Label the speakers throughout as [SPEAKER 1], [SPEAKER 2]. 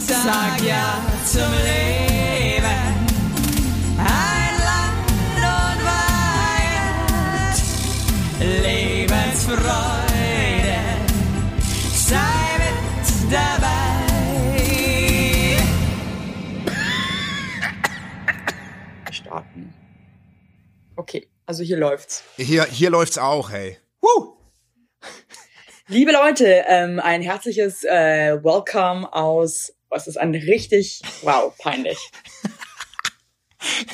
[SPEAKER 1] sag ja zum Leben. Ein Land und Wahrheit, Lebensfreude, sei mit dabei.
[SPEAKER 2] Starten. Okay, also hier läuft's.
[SPEAKER 3] Hier, hier läuft's auch, hey.
[SPEAKER 2] Liebe Leute, ähm, ein herzliches äh, Welcome aus, was ist ein richtig, wow, peinlich.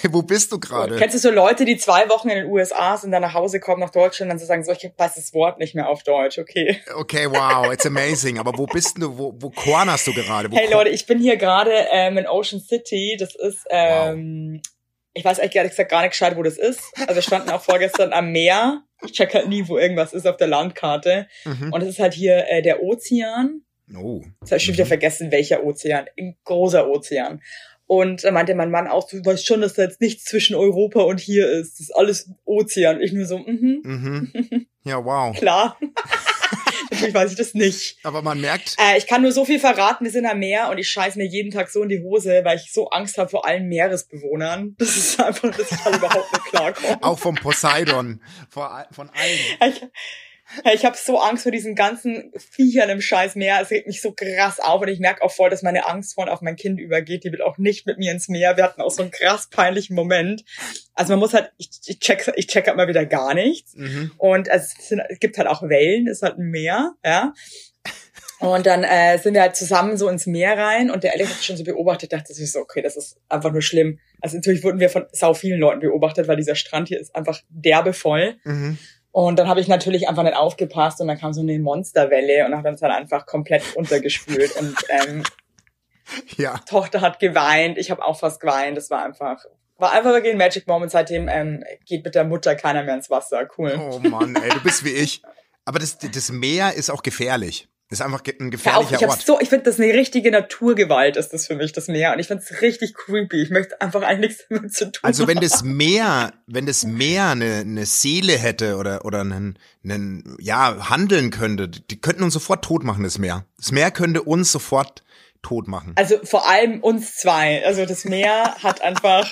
[SPEAKER 3] hey wo bist du gerade?
[SPEAKER 2] Kennst du so Leute, die zwei Wochen in den USA sind, dann nach Hause kommen, nach Deutschland, dann so sagen, so, ich weiß das Wort nicht mehr auf Deutsch, okay.
[SPEAKER 3] Okay, wow, it's amazing. Aber wo bist du? Wo, wo cornerst du gerade? Wo
[SPEAKER 2] Hey
[SPEAKER 3] ko-
[SPEAKER 2] Leute, ich bin hier gerade ähm, in Ocean City, das ist, ähm, ich weiß ehrlich gesagt gar nicht gescheit, wo das ist. Also wir standen auch vorgestern am Meer, ich check halt nie, wo irgendwas ist auf der Landkarte.
[SPEAKER 3] Mhm.
[SPEAKER 2] Und es ist halt hier äh, der Ozean.
[SPEAKER 3] Oh.
[SPEAKER 2] Jetzt habe ich schon wieder
[SPEAKER 3] Mhm.
[SPEAKER 2] vergessen, welcher Ozean. Ein großer Ozean. Und da meinte mein Mann auch, du weißt schon, dass da jetzt nichts zwischen Europa und hier ist. Das ist alles Ozean. Und ich nur so, mhm,
[SPEAKER 3] Mhm. Ja, wow.
[SPEAKER 2] klar. Natürlich weiß ich das nicht.
[SPEAKER 3] Aber man merkt,
[SPEAKER 2] Äh, ich kann nur so viel verraten, wir sind am Meer und ich scheiß mir jeden Tag so in die Hose, weil ich so Angst habe vor allen Meeresbewohnern. Das ist einfach, dass ich da überhaupt nicht klarkomme.
[SPEAKER 3] auch vom Poseidon, vor all- von allen.
[SPEAKER 2] Ich, ich habe so Angst vor diesen ganzen Viechern im scheiß Meer. Es regt mich so krass auf und ich merke auch voll, dass meine Angst von auf mein Kind übergeht. Die will auch nicht mit mir ins Meer. Wir hatten auch so einen krass peinlichen Moment. Also man muss halt, ich, ich check, ich check halt mal wieder gar nichts.
[SPEAKER 3] Mhm.
[SPEAKER 2] Und es, sind, es gibt halt auch Wellen, es ist halt ein Meer, ja. Und dann äh, sind wir halt zusammen so ins Meer rein und der Alex hat schon so beobachtet, dachte sich so, okay, das ist einfach nur schlimm. Also natürlich wurden wir von sau vielen Leuten beobachtet, weil dieser Strand hier ist einfach derbe voll.
[SPEAKER 3] Mhm.
[SPEAKER 2] Und dann habe ich natürlich einfach nicht aufgepasst und dann kam so eine Monsterwelle und hat uns dann einfach komplett untergespült. Und ähm,
[SPEAKER 3] Ja.
[SPEAKER 2] Tochter hat geweint, ich habe auch fast geweint. Das war einfach, war einfach wirklich ein Magic Moment. Seitdem ähm, geht mit der Mutter keiner mehr ins Wasser. Cool.
[SPEAKER 3] Oh Mann, ey, du bist wie ich. Aber das, das Meer ist auch gefährlich. Ist einfach ge- ein
[SPEAKER 2] Hör auf,
[SPEAKER 3] gefährlicher
[SPEAKER 2] ich hab
[SPEAKER 3] Ort.
[SPEAKER 2] so, ich finde das eine richtige Naturgewalt ist das für mich das Meer und ich find's richtig creepy. Ich möchte einfach eigentlich nichts damit zu tun.
[SPEAKER 3] Also wenn das Meer, wenn das Meer eine, eine Seele hätte oder oder einen, einen ja handeln könnte, die könnten uns sofort tot machen. Das Meer, das Meer könnte uns sofort tot machen.
[SPEAKER 2] Also vor allem uns zwei. Also das Meer hat einfach,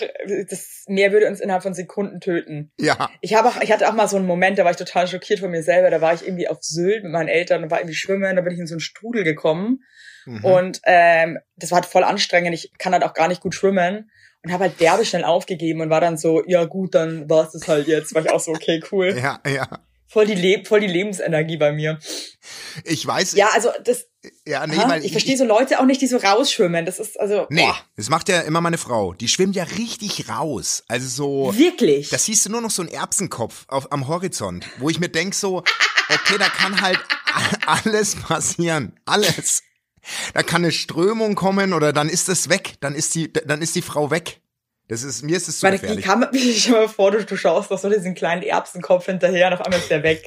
[SPEAKER 2] das Meer würde uns innerhalb von Sekunden töten.
[SPEAKER 3] Ja,
[SPEAKER 2] Ich habe auch, ich hatte auch mal so einen Moment, da war ich total schockiert von mir selber. Da war ich irgendwie auf Sylt mit meinen Eltern und war irgendwie schwimmen, da bin ich in so einen Strudel gekommen
[SPEAKER 3] Mhm.
[SPEAKER 2] und ähm, das war halt voll anstrengend. Ich kann halt auch gar nicht gut schwimmen und habe halt derbe schnell aufgegeben und war dann so, ja gut, dann war es das halt jetzt. War ich auch so, okay, cool.
[SPEAKER 3] ja, ja.
[SPEAKER 2] Voll die Le voll die Lebensenergie bei mir.
[SPEAKER 3] Ich weiß.
[SPEAKER 2] Ja, also das,
[SPEAKER 3] ja nee,
[SPEAKER 2] ha,
[SPEAKER 3] weil
[SPEAKER 2] ich verstehe so Leute auch nicht, die so rausschwimmen. Das ist also
[SPEAKER 3] Nee,
[SPEAKER 2] boah,
[SPEAKER 3] das macht ja immer meine Frau. Die schwimmt ja richtig raus. Also so.
[SPEAKER 2] wirklich.
[SPEAKER 3] Da siehst du nur noch so einen Erbsenkopf auf, am Horizont, wo ich mir denk so, okay, da kann halt a- alles passieren. Alles. Da kann eine Strömung kommen oder dann ist das weg. Dann ist die, dann ist die Frau weg. Das ist, mir ist es zu
[SPEAKER 2] Weil die
[SPEAKER 3] gefährlich.
[SPEAKER 2] kam ich mal vor, du, du schaust doch so diesen kleinen Erbsenkopf hinterher und auf einmal ist der weg.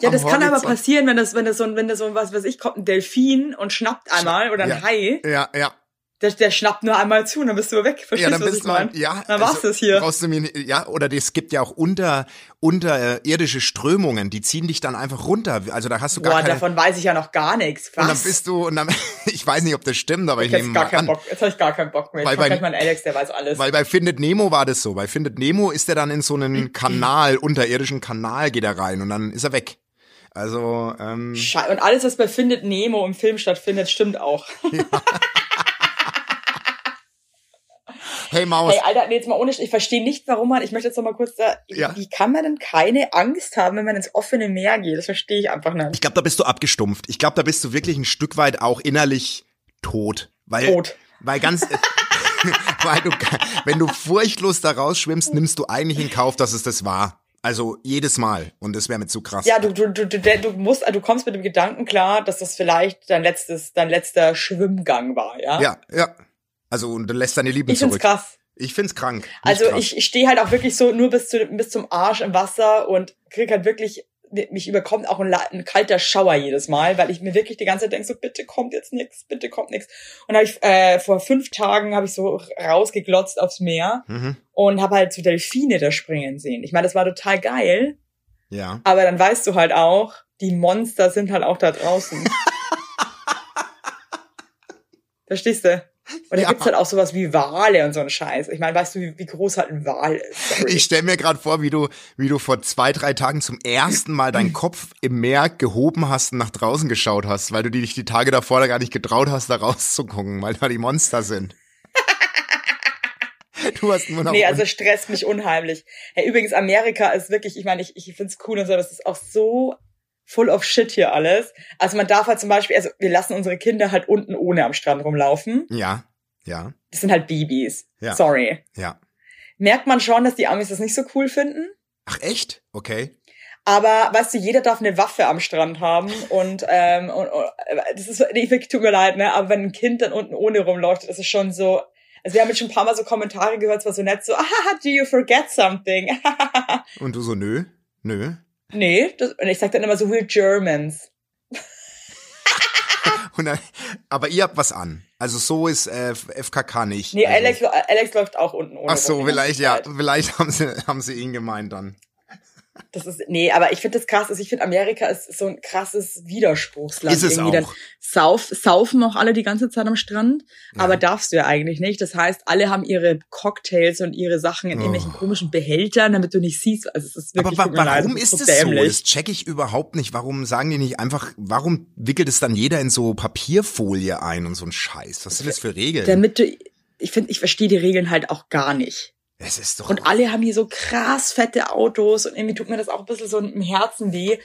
[SPEAKER 2] ja,
[SPEAKER 3] Am
[SPEAKER 2] das kann aber
[SPEAKER 3] Horizont.
[SPEAKER 2] passieren, wenn das, wenn das so ein, wenn das so ein, was weiß ich, kommt ein Delfin und schnappt einmal oder ein
[SPEAKER 3] ja.
[SPEAKER 2] Hai,
[SPEAKER 3] Ja, ja.
[SPEAKER 2] der, der schnappt nur einmal zu und dann bist du weg. Verstehst
[SPEAKER 3] Ja, dann
[SPEAKER 2] du, was
[SPEAKER 3] bist
[SPEAKER 2] ich
[SPEAKER 3] du,
[SPEAKER 2] meine?
[SPEAKER 3] ja.
[SPEAKER 2] Dann war's
[SPEAKER 3] also
[SPEAKER 2] das hier.
[SPEAKER 3] Brauchst du mir, nicht- ja, oder es gibt ja auch unter, unterirdische Strömungen, die ziehen dich dann einfach runter. Also da hast du gar
[SPEAKER 2] Boah,
[SPEAKER 3] keine,
[SPEAKER 2] davon weiß ich ja noch gar nichts. Was?
[SPEAKER 3] Und dann bist du, und dann, ich weiß nicht, ob das stimmt, aber ich,
[SPEAKER 2] ich hab jetzt
[SPEAKER 3] nehme mal
[SPEAKER 2] gar keinen
[SPEAKER 3] an.
[SPEAKER 2] Bock, jetzt habe ich gar keinen Bock mehr.
[SPEAKER 3] Weil
[SPEAKER 2] ich frag
[SPEAKER 3] bei-
[SPEAKER 2] gleich meinen Alex, der weiß alles.
[SPEAKER 3] Weil bei Findet Nemo war das so. Bei Findet Nemo ist er dann in so
[SPEAKER 2] Mhm.
[SPEAKER 3] einen Kanal, unterirdischen Kanal geht er rein und dann ist er weg. Also, ähm,
[SPEAKER 2] Schei- und alles, was bei Findet Nemo im Film stattfindet, stimmt auch.
[SPEAKER 3] hey Maus,
[SPEAKER 2] Ey, Alter, nee, jetzt mal ohne, Sch- ich verstehe nicht, warum man, ich möchte jetzt noch mal kurz da,
[SPEAKER 3] Ja.
[SPEAKER 2] wie kann man denn keine Angst haben, wenn man ins offene Meer geht? Das verstehe ich einfach nicht.
[SPEAKER 3] ich glaube, da bist du abgestumpft. Ich glaube, da bist du wirklich ein Stück weit auch innerlich tot. Weil,
[SPEAKER 2] Tot.
[SPEAKER 3] Weil ganz, weil du, wenn du furchtlos da rausschwimmst, nimmst du eigentlich in Kauf, dass es das war. Also jedes Mal. Und das wäre mir zu krass.
[SPEAKER 2] Ja, du, du, du, du, du musst, du kommst mit dem Gedanken klar, dass das vielleicht dein letztes, dein letzter Schwimmgang war, ja?
[SPEAKER 3] Ja, ja. Also, und dann lässt deine Lieben
[SPEAKER 2] Ich find's
[SPEAKER 3] zurück.
[SPEAKER 2] krass.
[SPEAKER 3] Ich find's krank. Nicht
[SPEAKER 2] Also
[SPEAKER 3] krass.
[SPEAKER 2] ich, ich stehe halt auch wirklich so nur bis, zu, bis zum Arsch im Wasser und krieg halt wirklich, mich überkommt auch ein, la- ein kalter Schauer jedes Mal, weil ich mir wirklich die ganze Zeit denke, so bitte kommt jetzt nichts, bitte kommt nichts. Und habe ich äh, vor fünf Tagen habe ich so rausgeglotzt aufs Meer
[SPEAKER 3] Mhm.
[SPEAKER 2] und habe halt so Delfine da springen sehen. Ich meine, das war total geil,
[SPEAKER 3] Ja.
[SPEAKER 2] aber dann weißt du halt auch, die Monster sind halt auch da draußen. Verstehst du? Und da
[SPEAKER 3] Ja.
[SPEAKER 2] gibt's halt auch sowas wie Wale und so einen Scheiß. Ich meine, weißt du, wie, wie groß halt ein Wal ist? Sorry.
[SPEAKER 3] Ich stelle mir gerade vor, wie du, wie du vor zwei, drei Tagen zum ersten Mal deinen Kopf im Meer gehoben hast und nach draußen geschaut hast, weil du dich die Tage davor da gar nicht getraut hast, da rauszugucken, weil da die Monster sind. Du hast nur noch.
[SPEAKER 2] Nee, also stresst mich unheimlich. Hey, übrigens, Amerika ist wirklich, ich meine, ich, ich find's cool und so, das ist auch so full of shit hier alles. Also man darf halt zum Beispiel, also wir lassen unsere Kinder halt unten ohne am Strand rumlaufen.
[SPEAKER 3] ja, ja,
[SPEAKER 2] Das sind halt Babys.
[SPEAKER 3] Ja.
[SPEAKER 2] Sorry.
[SPEAKER 3] ja.
[SPEAKER 2] Merkt man schon, dass die Amis das nicht so cool finden.
[SPEAKER 3] Ach echt? Okay.
[SPEAKER 2] Aber weißt du, jeder darf eine Waffe am Strand haben und, ähm, und, und äh, das ist nee, wirklich tut mir leid, ne? Aber wenn ein Kind dann unten ohne rumläuft, das ist schon so. Also wir haben jetzt schon ein paar Mal so Kommentare gehört, es war so nett, so, ah, do you forget something?
[SPEAKER 3] Und du so, nö, nö.
[SPEAKER 2] nee, das, und ich sag dann immer so, we're Germans.
[SPEAKER 3] Und dann, aber ihr habt was an. Also so ist äh, FKK nicht.
[SPEAKER 2] Nee,
[SPEAKER 3] also,
[SPEAKER 2] Alex, Alex läuft auch unten ohne.
[SPEAKER 3] Ach so,
[SPEAKER 2] rum die ganze
[SPEAKER 3] vielleicht ja,
[SPEAKER 2] Zeit.
[SPEAKER 3] vielleicht haben sie haben sie ihn gemeint dann.
[SPEAKER 2] Das ist, nee, aber ich finde das krass, also ich finde Amerika ist so ein krasses Widerspruchsland.
[SPEAKER 3] Ist es
[SPEAKER 2] irgendwie.
[SPEAKER 3] auch.
[SPEAKER 2] Dann sauf, saufen auch alle die ganze Zeit am Strand,
[SPEAKER 3] Ja.
[SPEAKER 2] aber darfst du ja eigentlich nicht. Das heißt, alle haben ihre Cocktails und ihre Sachen in irgendwelchen komischen Behältern, damit du nicht siehst. Also es ist
[SPEAKER 3] Oh. Aber
[SPEAKER 2] wirklich
[SPEAKER 3] wa
[SPEAKER 2] tut mir leid,
[SPEAKER 3] warum
[SPEAKER 2] es
[SPEAKER 3] ist es so?
[SPEAKER 2] dämlich.
[SPEAKER 3] Das check ich überhaupt nicht. Warum sagen die nicht einfach, warum wickelt es dann jeder in so Papierfolie ein und so ein Scheiß? Was sind das für Regeln?
[SPEAKER 2] Damit du, ich finde, ich verstehe die Regeln halt auch gar nicht.
[SPEAKER 3] Es ist doch.
[SPEAKER 2] Und alle haben hier so krass fette Autos und irgendwie tut mir das auch ein bisschen so im Herzen weh.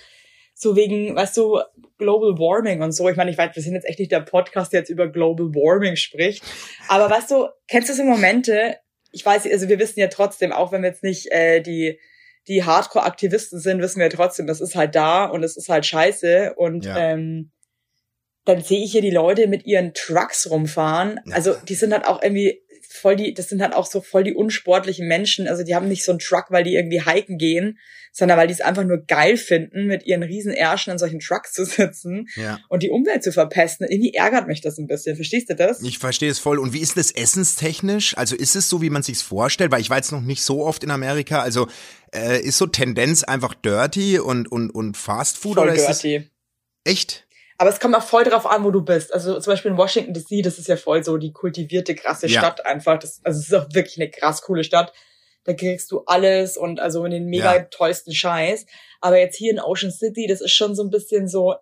[SPEAKER 2] So wegen, weißt du, Global Warming und so. Ich meine, ich weiß, wir sind jetzt echt nicht der Podcast, der jetzt über Global Warming spricht. Aber weißt du, kennst du so Momente? Ich weiß, also wir wissen ja trotzdem, auch wenn wir jetzt nicht äh, die, die Hardcore-Aktivisten sind, wissen wir trotzdem, das ist halt da und es ist halt scheiße. Und
[SPEAKER 3] Ja.
[SPEAKER 2] ähm, dann sehe ich hier die Leute mit ihren Trucks rumfahren.
[SPEAKER 3] Ja.
[SPEAKER 2] Also die sind halt auch irgendwie voll die, das sind halt auch so voll die unsportlichen Menschen. Also die haben nicht so einen Truck, weil die irgendwie hiken gehen, sondern weil die es einfach nur geil finden, mit ihren riesen Ärschen in solchen Trucks zu sitzen
[SPEAKER 3] ja.
[SPEAKER 2] und die Umwelt zu verpesten. Irgendwie ärgert mich das ein bisschen. Verstehst du das?
[SPEAKER 3] Ich verstehe es voll. Und wie ist das essenstechnisch? Also ist es so, wie man sich's vorstellt? Weil ich war jetzt noch nicht so oft in Amerika. Also äh, ist so Tendenz einfach dirty und und und Fast Food
[SPEAKER 2] voll
[SPEAKER 3] oder ist
[SPEAKER 2] dirty.
[SPEAKER 3] es echt?
[SPEAKER 2] Aber es kommt auch voll drauf an, wo du bist. Also zum Beispiel in Washington DC, das ist ja voll so die kultivierte, krasse
[SPEAKER 3] Ja.
[SPEAKER 2] Stadt einfach. Das, also es ist auch wirklich eine krass coole Stadt. Da kriegst du alles und also in den mega
[SPEAKER 3] Ja.
[SPEAKER 2] tollsten Scheiß. Aber jetzt hier in Ocean City, das ist schon so ein bisschen so.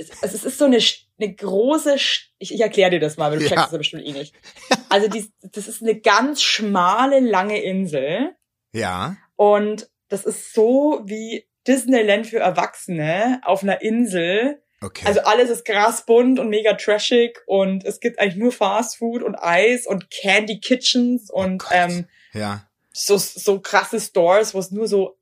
[SPEAKER 2] Es, also es ist so eine, Sch- eine große. Sch- Ich, ich erkläre dir das mal, weil du
[SPEAKER 3] Ja.
[SPEAKER 2] checkst das ja bestimmt eh nicht. Also die, das ist eine ganz schmale, lange Insel.
[SPEAKER 3] Ja.
[SPEAKER 2] Und das ist so wie Disneyland für Erwachsene auf einer Insel.
[SPEAKER 3] Okay.
[SPEAKER 2] Also alles ist grasbunt und mega trashig und es gibt eigentlich nur Fast Food und Eis und Candy Kitchens und
[SPEAKER 3] Oh Gott.
[SPEAKER 2] ähm,
[SPEAKER 3] ja.
[SPEAKER 2] so, so krasse Stores, wo es nur so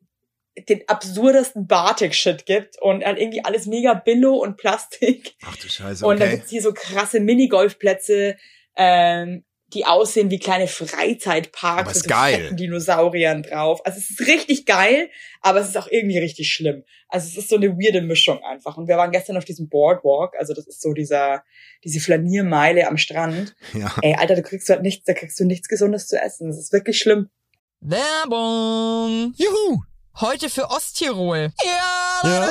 [SPEAKER 2] den absurdesten Batik-Shit gibt und halt irgendwie alles mega Billo und Plastik.
[SPEAKER 3] Ach du Scheiße.
[SPEAKER 2] Und dann
[SPEAKER 3] Okay.
[SPEAKER 2] gibt's hier so krasse Minigolfplätze, ähm, die aussehen wie kleine Freizeitparks
[SPEAKER 3] Aber ist
[SPEAKER 2] mit so
[SPEAKER 3] geil.
[SPEAKER 2] fetten Dinosauriern drauf. Also es ist richtig geil, aber es ist auch irgendwie richtig schlimm. Also es ist so eine weirde Mischung einfach. Und wir waren gestern auf diesem Boardwalk, also das ist so dieser, diese Flaniermeile am Strand.
[SPEAKER 3] Ja.
[SPEAKER 2] Ey, Alter, du kriegst halt nichts, da kriegst du nichts Gesundes zu essen. Das ist wirklich schlimm.
[SPEAKER 1] Werbung!
[SPEAKER 3] Juhu.
[SPEAKER 1] Heute für Osttirol. Ja,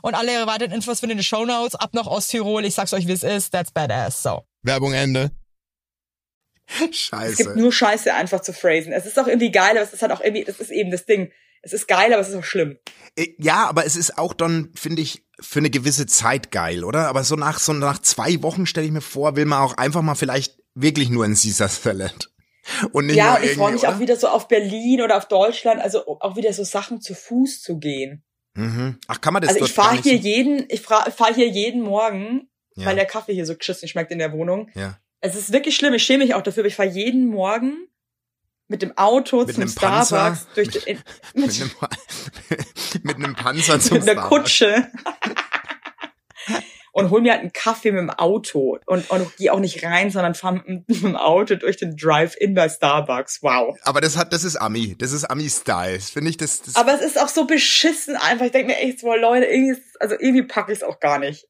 [SPEAKER 1] Und alle weiteren Infos findet ihr in den Shownotes. Ab nach Osttirol. Ich sag's euch, wie es ist. That's badass. So.
[SPEAKER 4] Werbung Ende.
[SPEAKER 3] Scheiße.
[SPEAKER 2] Es gibt nur Scheiße einfach zu phrasen. Es ist auch irgendwie geil, aber es ist halt auch irgendwie, das ist eben das Ding. Es ist geil, aber es ist auch schlimm.
[SPEAKER 3] Äh, Ja, aber es ist auch dann, finde ich, für eine gewisse Zeit geil, oder? Aber so nach, so nach zwei Wochen stelle ich mir vor, will man auch einfach mal vielleicht wirklich nur ein Caesar Salad. Und nicht
[SPEAKER 2] ja,
[SPEAKER 3] nur
[SPEAKER 2] und ich freue
[SPEAKER 3] irgendwie,
[SPEAKER 2] mich
[SPEAKER 3] oder?
[SPEAKER 2] auch wieder so auf Berlin oder auf Deutschland, also auch wieder so Sachen zu Fuß zu gehen.
[SPEAKER 3] Mhm. Ach, kann man das
[SPEAKER 2] Also
[SPEAKER 3] dort
[SPEAKER 2] ich fahre
[SPEAKER 3] gar nicht
[SPEAKER 2] hier
[SPEAKER 3] so-
[SPEAKER 2] jeden, ich fahre hier jeden Morgen,
[SPEAKER 3] Ja.
[SPEAKER 2] weil der Kaffee hier so geschissen schmeckt in der Wohnung.
[SPEAKER 3] Ja.
[SPEAKER 2] Es ist wirklich schlimm, ich schäme mich auch dafür, aber ich fahre jeden Morgen mit dem Auto
[SPEAKER 3] Mit
[SPEAKER 2] zum
[SPEAKER 3] einem Panzer?
[SPEAKER 2] Starbucks durch die, in,
[SPEAKER 3] Mit
[SPEAKER 2] mit,
[SPEAKER 3] einem, mit einem Panzer zum
[SPEAKER 2] mit einer
[SPEAKER 3] Starbucks.
[SPEAKER 2] Kutsche. und hol mir halt einen Kaffee mit dem Auto und, und geh auch nicht rein, sondern fahr mit, mit dem Auto durch den Drive-In bei Starbucks. Wow.
[SPEAKER 3] Aber das hat, das ist Ami. Das ist Ami-Style. Das Finde ich, das, das
[SPEAKER 2] Aber es ist auch so beschissen einfach. Ich denke mir echt, boah, Leute, irgendwie, ist, also irgendwie packe ich es auch gar nicht.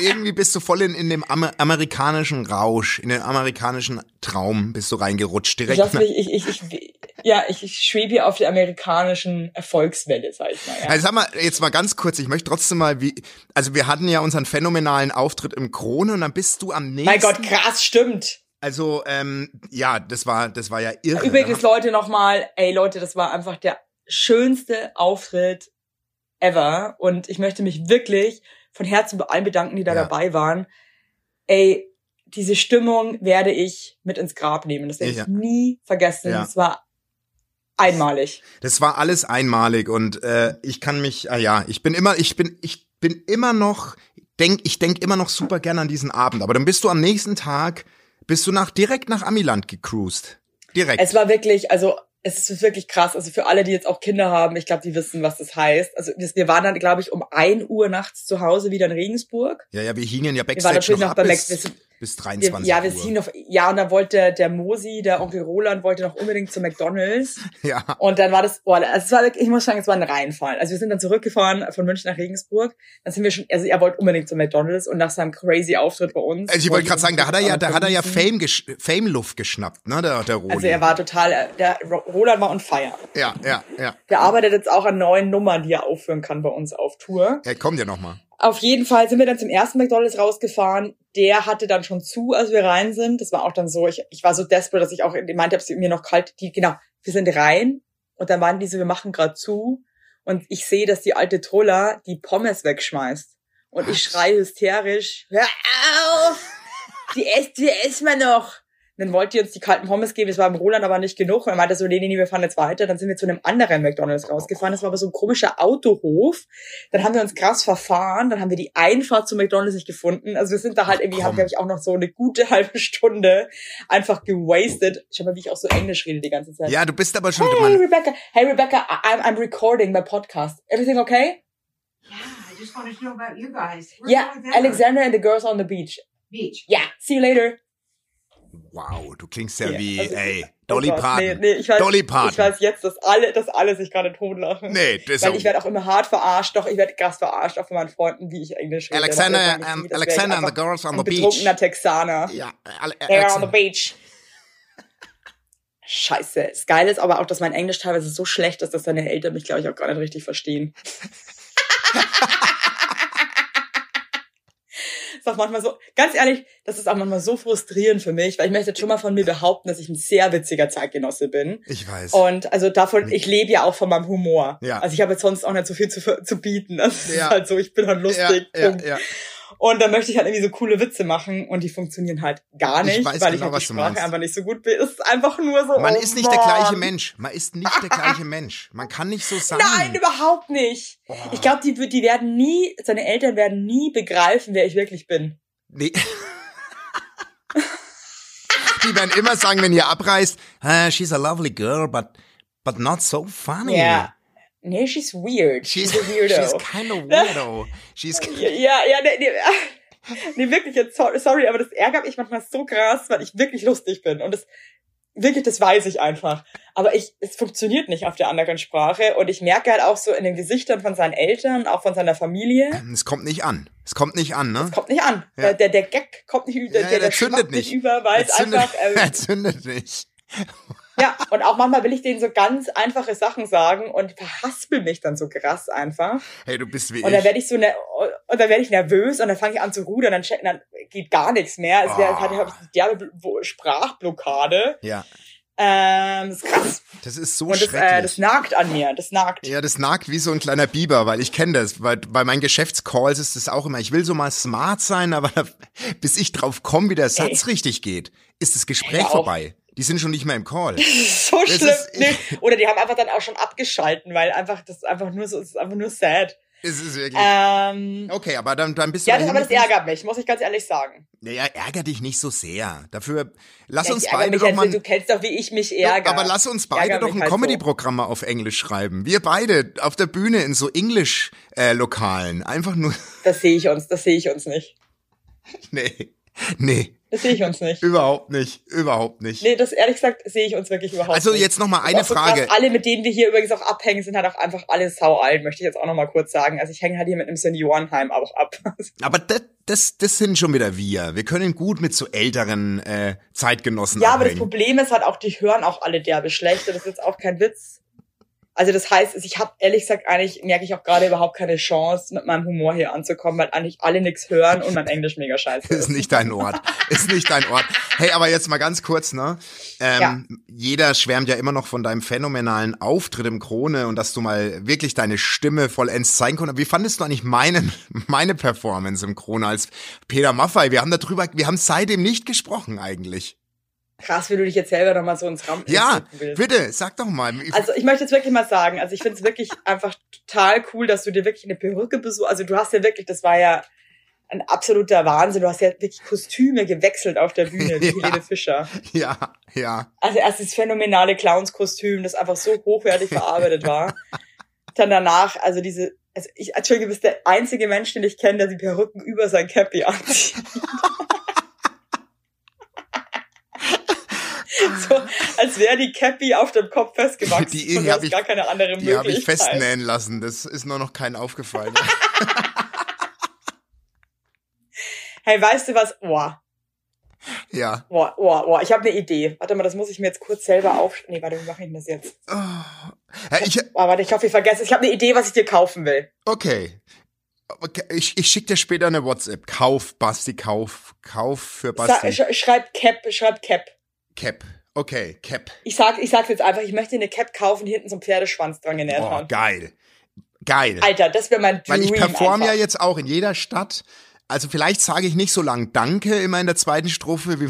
[SPEAKER 3] irgendwie bist du voll in, in dem Amer amerikanischen Rausch, in den amerikanischen Traum bist du reingerutscht.
[SPEAKER 2] Ich
[SPEAKER 3] Direkt
[SPEAKER 2] lass
[SPEAKER 3] nach-
[SPEAKER 2] mich, ich, ich, ich, ja, ich, ich schwebe hier auf der amerikanischen Erfolgswelle, sag ich mal. Ja.
[SPEAKER 3] Also sag mal, jetzt mal ganz kurz, ich möchte trotzdem mal, wie, also wir hatten ja unseren phänomenalen Auftritt im Krone und dann bist du am nächsten.
[SPEAKER 2] mein Gott, krass, stimmt.
[SPEAKER 3] Also, ähm, ja, das war, das war Also, ja irre. ne?
[SPEAKER 2] Übrigens, Leute, nochmal, ey Leute, das war einfach der schönste Auftritt ever. Und ich möchte mich wirklich von Herzen bei allen bedanken, die da
[SPEAKER 3] Ja.
[SPEAKER 2] dabei waren. Ey, diese Stimmung werde ich mit ins Grab nehmen. Das werde
[SPEAKER 3] Ja.
[SPEAKER 2] ich nie vergessen.
[SPEAKER 3] Ja.
[SPEAKER 2] Das war einmalig.
[SPEAKER 3] Das war alles einmalig und äh, ich kann mich, ah ja, ich bin immer, ich bin, ich bin immer noch, denk, ich denk immer noch super gerne an diesen Abend. Aber dann bist du am nächsten Tag, bist du nach direkt nach Amiland gecruised. Direkt.
[SPEAKER 2] Es war wirklich, also es ist wirklich krass. Also für alle, die jetzt auch Kinder haben, ich glaube, die wissen, was das heißt. Also wir wir waren dann, glaube ich, um 1 Uhr nachts zu Hause wieder in Regensburg.
[SPEAKER 3] ja, ja, wir hingen ja
[SPEAKER 2] Wir waren
[SPEAKER 3] backstage
[SPEAKER 2] natürlich
[SPEAKER 3] noch
[SPEAKER 2] noch
[SPEAKER 3] ab
[SPEAKER 2] bei Max. Wir
[SPEAKER 3] bis,
[SPEAKER 2] sind-
[SPEAKER 3] bis
[SPEAKER 2] wir,
[SPEAKER 3] 23
[SPEAKER 2] ja, wir
[SPEAKER 3] Um Uhr.
[SPEAKER 2] sind noch, ja, und dann wollte der, der Mosi, der Onkel Roland, wollte noch unbedingt zu McDonalds.
[SPEAKER 3] Ja,
[SPEAKER 2] Und dann war das, boah, also es war wirklich, ich muss sagen, es war ein Reinfall. Also wir sind dann zurückgefahren von München nach Regensburg. Dann sind wir schon, also er wollte unbedingt zu McDonalds und nach seinem crazy Auftritt bei uns.
[SPEAKER 3] also ich wollte gerade sagen, da hat er ja,
[SPEAKER 2] uns
[SPEAKER 3] da hat er ja
[SPEAKER 2] verwiesen.
[SPEAKER 3] Fame, gesch- Fame-Luft geschnappt, ne, der, der Roli.
[SPEAKER 2] Also er war total, der Ro- Roland war on fire.
[SPEAKER 3] ja, ja, ja.
[SPEAKER 2] Der arbeitet jetzt auch an neuen Nummern, die er aufführen kann bei uns auf Tour.
[SPEAKER 3] Er kommt ja nochmal.
[SPEAKER 2] Auf jeden Fall sind wir dann zum ersten McDonalds rausgefahren. Der hatte dann schon zu, als wir rein sind. Das war auch dann so, ich, ich war so desperate, dass ich auch in- meinte, ob sie mir noch kalt, die, genau, wir sind rein. Und dann waren die so, wir machen gerade zu. Und ich sehe, dass die alte Troller die Pommes wegschmeißt. Und ich schreie hysterisch, hör auf! Die esst, die essen wir noch! Und dann wollte die uns die kalten Pommes geben, das war im Roland aber nicht genug. Und er meinte so, nee, nee, nee, wir fahren jetzt weiter. Dann sind wir zu einem anderen McDonalds rausgefahren. Das war aber so ein komischer Autohof. Dann haben wir uns krass verfahren. Dann haben wir die Einfahrt zu McDonalds nicht gefunden. Also wir sind da halt irgendwie, haben,
[SPEAKER 3] komm.
[SPEAKER 2] glaube ich, auch noch so eine gute halbe Stunde einfach gewastet. Schau mal, wie ich auch so Englisch rede die ganze Zeit.
[SPEAKER 3] Ja, du bist aber schon,
[SPEAKER 2] Hey
[SPEAKER 3] man,
[SPEAKER 2] Rebecca, hey Rebecca, I- I'm, I'm recording my podcast. Everything okay?
[SPEAKER 5] Yeah, I just wanted to know about you guys. Where
[SPEAKER 2] Yeah,
[SPEAKER 5] are you at?
[SPEAKER 2] Alexandra and the girls on the beach.
[SPEAKER 5] Beach.
[SPEAKER 2] Yeah, see you later.
[SPEAKER 3] wow, du klingst ja
[SPEAKER 2] Ja,
[SPEAKER 3] wie,
[SPEAKER 2] also-
[SPEAKER 3] ey,
[SPEAKER 2] Oh
[SPEAKER 3] Dolly
[SPEAKER 2] Gott,
[SPEAKER 3] Parton.
[SPEAKER 2] Nee, nee, ich weiß,
[SPEAKER 3] Dolly Parton.
[SPEAKER 2] Ich weiß jetzt, dass alle, dass alle sich gerade totlachen.
[SPEAKER 3] Nee, das ist
[SPEAKER 2] Weil ich
[SPEAKER 3] auch,
[SPEAKER 2] werde auch immer hart verarscht, doch ich werde krass verarscht, auch von meinen Freunden, wie ich Englisch rede. Das
[SPEAKER 3] Alexander,
[SPEAKER 2] weiß man
[SPEAKER 3] um,
[SPEAKER 2] nicht, das wär ich
[SPEAKER 3] Alexander and the
[SPEAKER 2] einfach
[SPEAKER 3] girls on
[SPEAKER 2] ein
[SPEAKER 3] the beach.
[SPEAKER 2] betrunkener Texaner.
[SPEAKER 3] Ja,
[SPEAKER 2] They're on
[SPEAKER 3] Ale
[SPEAKER 2] the
[SPEAKER 3] Alexander.
[SPEAKER 2] beach. Scheiße. Das Geile ist aber auch, dass mein Englisch teilweise so schlecht ist, dass deine Eltern mich, glaube ich, auch gar nicht richtig verstehen. Das ist auch manchmal so, ganz ehrlich, das ist auch manchmal so frustrierend für mich, weil ich möchte jetzt schon mal von mir behaupten, dass ich ein sehr witziger Zeitgenosse bin.
[SPEAKER 3] Ich weiß.
[SPEAKER 2] Und also davon, ich lebe ja auch von meinem Humor.
[SPEAKER 3] Hm. Ja.
[SPEAKER 2] Also ich habe jetzt sonst auch nicht so viel zu, ver- zu bieten. Das
[SPEAKER 3] Ja.
[SPEAKER 2] ist halt so, ich bin halt lustig.
[SPEAKER 3] Ja, ja,
[SPEAKER 2] Punkt.
[SPEAKER 3] ja.
[SPEAKER 2] Und da möchte ich halt irgendwie so coole Witze machen und die funktionieren halt gar
[SPEAKER 3] Ich
[SPEAKER 2] nicht,
[SPEAKER 3] weiß
[SPEAKER 2] weil ich
[SPEAKER 3] genau,
[SPEAKER 2] halt die
[SPEAKER 3] was du
[SPEAKER 2] Sprache
[SPEAKER 3] meinst.
[SPEAKER 2] einfach nicht so gut bin. Es ist einfach nur so.
[SPEAKER 3] Man
[SPEAKER 2] oh
[SPEAKER 3] ist nicht der gleiche
[SPEAKER 2] Mann.
[SPEAKER 3] Mensch. Man ist nicht der gleiche Mensch. Man kann nicht so sein.
[SPEAKER 2] Nein, überhaupt nicht. Ich glaube, die, wür- die werden nie, seine Eltern werden nie begreifen, wer ich wirklich bin.
[SPEAKER 3] Nee. Die werden immer sagen, wenn ihr abreist, "Ah, she's a lovely girl, but, but not so funny.
[SPEAKER 2] Ja. Nee, she's weird. She's, a weirdo.
[SPEAKER 3] She's kind of weirdo. She's
[SPEAKER 2] Ja, ja, ja, nee, nee. Nee, wirklich jetzt, so- sorry, aber das ärgert mich manchmal so krass, weil ich wirklich lustig bin. Und das, wirklich, das weiß ich einfach. Aber ich, es funktioniert nicht auf der anderen Sprache. Und ich merke halt auch so in den Gesichtern von seinen Eltern, auch von seiner Familifamilie,
[SPEAKER 3] es kommt nicht an. Es kommt nicht an, ne?
[SPEAKER 2] kommt nicht an.
[SPEAKER 3] Ja.
[SPEAKER 2] Der, der Gag kommt nicht, über,
[SPEAKER 3] Ja, ja,
[SPEAKER 2] der,
[SPEAKER 3] der
[SPEAKER 2] der
[SPEAKER 3] zündet
[SPEAKER 2] schwappt
[SPEAKER 3] nicht.
[SPEAKER 2] über, weil es
[SPEAKER 3] zündet,
[SPEAKER 2] einfach, äh,
[SPEAKER 3] er zündet nicht.
[SPEAKER 2] ja. Und auch manchmal will ich denen so ganz einfache Sachen sagen und verhaspel mich dann so krass einfach.
[SPEAKER 3] Hey, du bist wie
[SPEAKER 2] Und
[SPEAKER 3] ich.
[SPEAKER 2] dann werde ich so ne und dann werde ich nervös und dann fange ich an zu rudern, dann, check- dann geht gar nichts mehr. Es wäre
[SPEAKER 3] Ah.
[SPEAKER 2] halt ich eine derbe Bl- wo- Sprachblockade.
[SPEAKER 3] ja,
[SPEAKER 2] Ähm, das ist krass.
[SPEAKER 3] das ist so
[SPEAKER 2] Und das,
[SPEAKER 3] schrecklich.
[SPEAKER 2] äh, das nagt an mir. Das nagt.
[SPEAKER 3] Ja, das nagt wie so ein kleiner Biber, weil ich kenne das. Weil bei meinen Geschäftscalls ist das auch immer. Ich will so mal smart sein, aber da, bis ich drauf komme, wie der Satz richtig geht, ist das Gespräch
[SPEAKER 2] Ja, auch.
[SPEAKER 3] vorbei. Die sind schon nicht mehr im Call.
[SPEAKER 2] So schlimm.
[SPEAKER 3] ist-
[SPEAKER 2] nee. Oder die haben einfach dann auch schon abgeschalten, weil einfach das ist einfach nur so, es ist einfach nur sad.
[SPEAKER 3] Es ist wirklich.
[SPEAKER 2] Ähm,
[SPEAKER 3] Okay, aber dann, dann bist du.
[SPEAKER 2] ja, das,
[SPEAKER 3] dahin
[SPEAKER 2] aber das
[SPEAKER 3] gekommen.
[SPEAKER 2] ärgert mich, muss ich ganz ehrlich sagen.
[SPEAKER 3] Naja, ärger dich nicht so sehr. Dafür lass
[SPEAKER 2] Ja,
[SPEAKER 3] uns
[SPEAKER 2] ich ärgere
[SPEAKER 3] beide
[SPEAKER 2] mich
[SPEAKER 3] doch
[SPEAKER 2] halt so,
[SPEAKER 3] mal.
[SPEAKER 2] du kennst doch, wie ich mich
[SPEAKER 3] Ja,
[SPEAKER 2] ärgere.
[SPEAKER 3] aber lass uns
[SPEAKER 2] Ich
[SPEAKER 3] beide
[SPEAKER 2] ärgere
[SPEAKER 3] doch ein
[SPEAKER 2] mich halt so.
[SPEAKER 3] Comedy-Programm mal auf Englisch schreiben. Wir beide auf der Bühne in so Englisch-Lokalen. Einfach nur.
[SPEAKER 2] Das sehe ich uns, das sehe ich uns nicht.
[SPEAKER 3] Nee. Nee.
[SPEAKER 2] Das sehe ich uns nicht.
[SPEAKER 3] Überhaupt nicht. Überhaupt nicht.
[SPEAKER 2] Nee, das ehrlich gesagt sehe ich uns wirklich überhaupt
[SPEAKER 3] Also
[SPEAKER 2] nicht.
[SPEAKER 3] jetzt noch mal eine
[SPEAKER 2] Auch so
[SPEAKER 3] Frage.
[SPEAKER 2] Krass, alle, mit denen wir hier übrigens auch abhängen, sind halt auch einfach alle sau alt, möchte ich jetzt auch noch mal kurz sagen. Also ich hänge halt hier mit einem Seniorenheim auch ab.
[SPEAKER 3] Aber das, das, das sind schon wieder wir. Wir können gut mit so älteren äh, Zeitgenossen
[SPEAKER 2] ja, aber das
[SPEAKER 3] abhängen.
[SPEAKER 2] Problem ist halt auch, die hören auch alle derbe schlecht und das ist jetzt auch kein Witz. Also das heißt, ich habe ehrlich gesagt eigentlich, merke ich auch gerade überhaupt keine Chance, mit meinem Humor hier anzukommen, weil eigentlich alle nichts hören und mein Englisch mega scheiße
[SPEAKER 3] ist
[SPEAKER 2] ist.
[SPEAKER 3] nicht dein Ort. Ist nicht dein Ort. Hey, aber jetzt mal ganz kurz, ne? Ähm,
[SPEAKER 2] Ja.
[SPEAKER 3] Jeder schwärmt ja immer noch von deinem phänomenalen Auftritt im Krone und dass du mal wirklich deine Stimme vollends zeigen konntest. Wie fandest du eigentlich meine, meine Performance im Krone als Peter Maffei? Wir haben darüber, wir haben seitdem nicht gesprochen eigentlich.
[SPEAKER 2] Krass, wie du dich jetzt selber noch mal so ins Rampen
[SPEAKER 3] Ja,
[SPEAKER 2] drücken willst.
[SPEAKER 3] bitte, sag doch mal.
[SPEAKER 2] Also ich möchte jetzt wirklich mal sagen, also ich finde es wirklich einfach total cool, dass du dir wirklich eine Perücke besuchst. Also du hast ja wirklich, das war ja ein absoluter Wahnsinn. Du hast ja wirklich Kostüme gewechselt auf der Bühne, wie
[SPEAKER 3] Ja.
[SPEAKER 2] Helene Fischer.
[SPEAKER 3] ja, ja.
[SPEAKER 2] Also erst das phänomenale Clownskostüm, das einfach so hochwertig verarbeitet war. Dann danach, also diese, also ich, Entschuldige, du bist der einzige Mensch, den ich kenne, der die Perücken über sein Cappy anzieht. so, als wäre die Cappy auf dem Kopf festgewachsen.
[SPEAKER 3] Die-
[SPEAKER 2] und
[SPEAKER 3] die
[SPEAKER 2] du
[SPEAKER 3] hab
[SPEAKER 2] hast
[SPEAKER 3] ich-
[SPEAKER 2] gar keine andere
[SPEAKER 3] Die
[SPEAKER 2] Möglichkeit.
[SPEAKER 3] habe ich festnähen lassen. Das ist nur noch keinen aufgefallen.
[SPEAKER 2] Hey, weißt du was? Boah,
[SPEAKER 3] ja.
[SPEAKER 2] boah, boah, boah. Ich habe eine Idee. Warte mal, das muss ich mir jetzt kurz selber auf. Nee, warte, wie mache ich denn das jetzt?
[SPEAKER 3] Ja, Ich,
[SPEAKER 2] Oh, warte, ich hoffe, ich vergesse. es. Ich habe eine Idee, was ich dir kaufen will.
[SPEAKER 3] okay. okay. Ich, ich schicke dir später eine WhatsApp. Kauf, Basti, kauf. Kauf für
[SPEAKER 2] Sa
[SPEAKER 3] Basti.
[SPEAKER 2] sch schreib Cap, schreib Cap.
[SPEAKER 3] Cap. Okay, Cap.
[SPEAKER 2] Ich sag, ich sag's jetzt einfach, ich möchte eine Cap kaufen, die hinten so einen Pferdeschwanz dran genäht
[SPEAKER 3] Oh,
[SPEAKER 2] haben.
[SPEAKER 3] geil. Geil.
[SPEAKER 2] Alter, das wäre mein Dream.
[SPEAKER 3] Weil ich performe ja
[SPEAKER 2] einfach.
[SPEAKER 3] jetzt auch in jeder Stadt. Also vielleicht sage ich nicht so lang Danke immer in der zweiten Strophe wie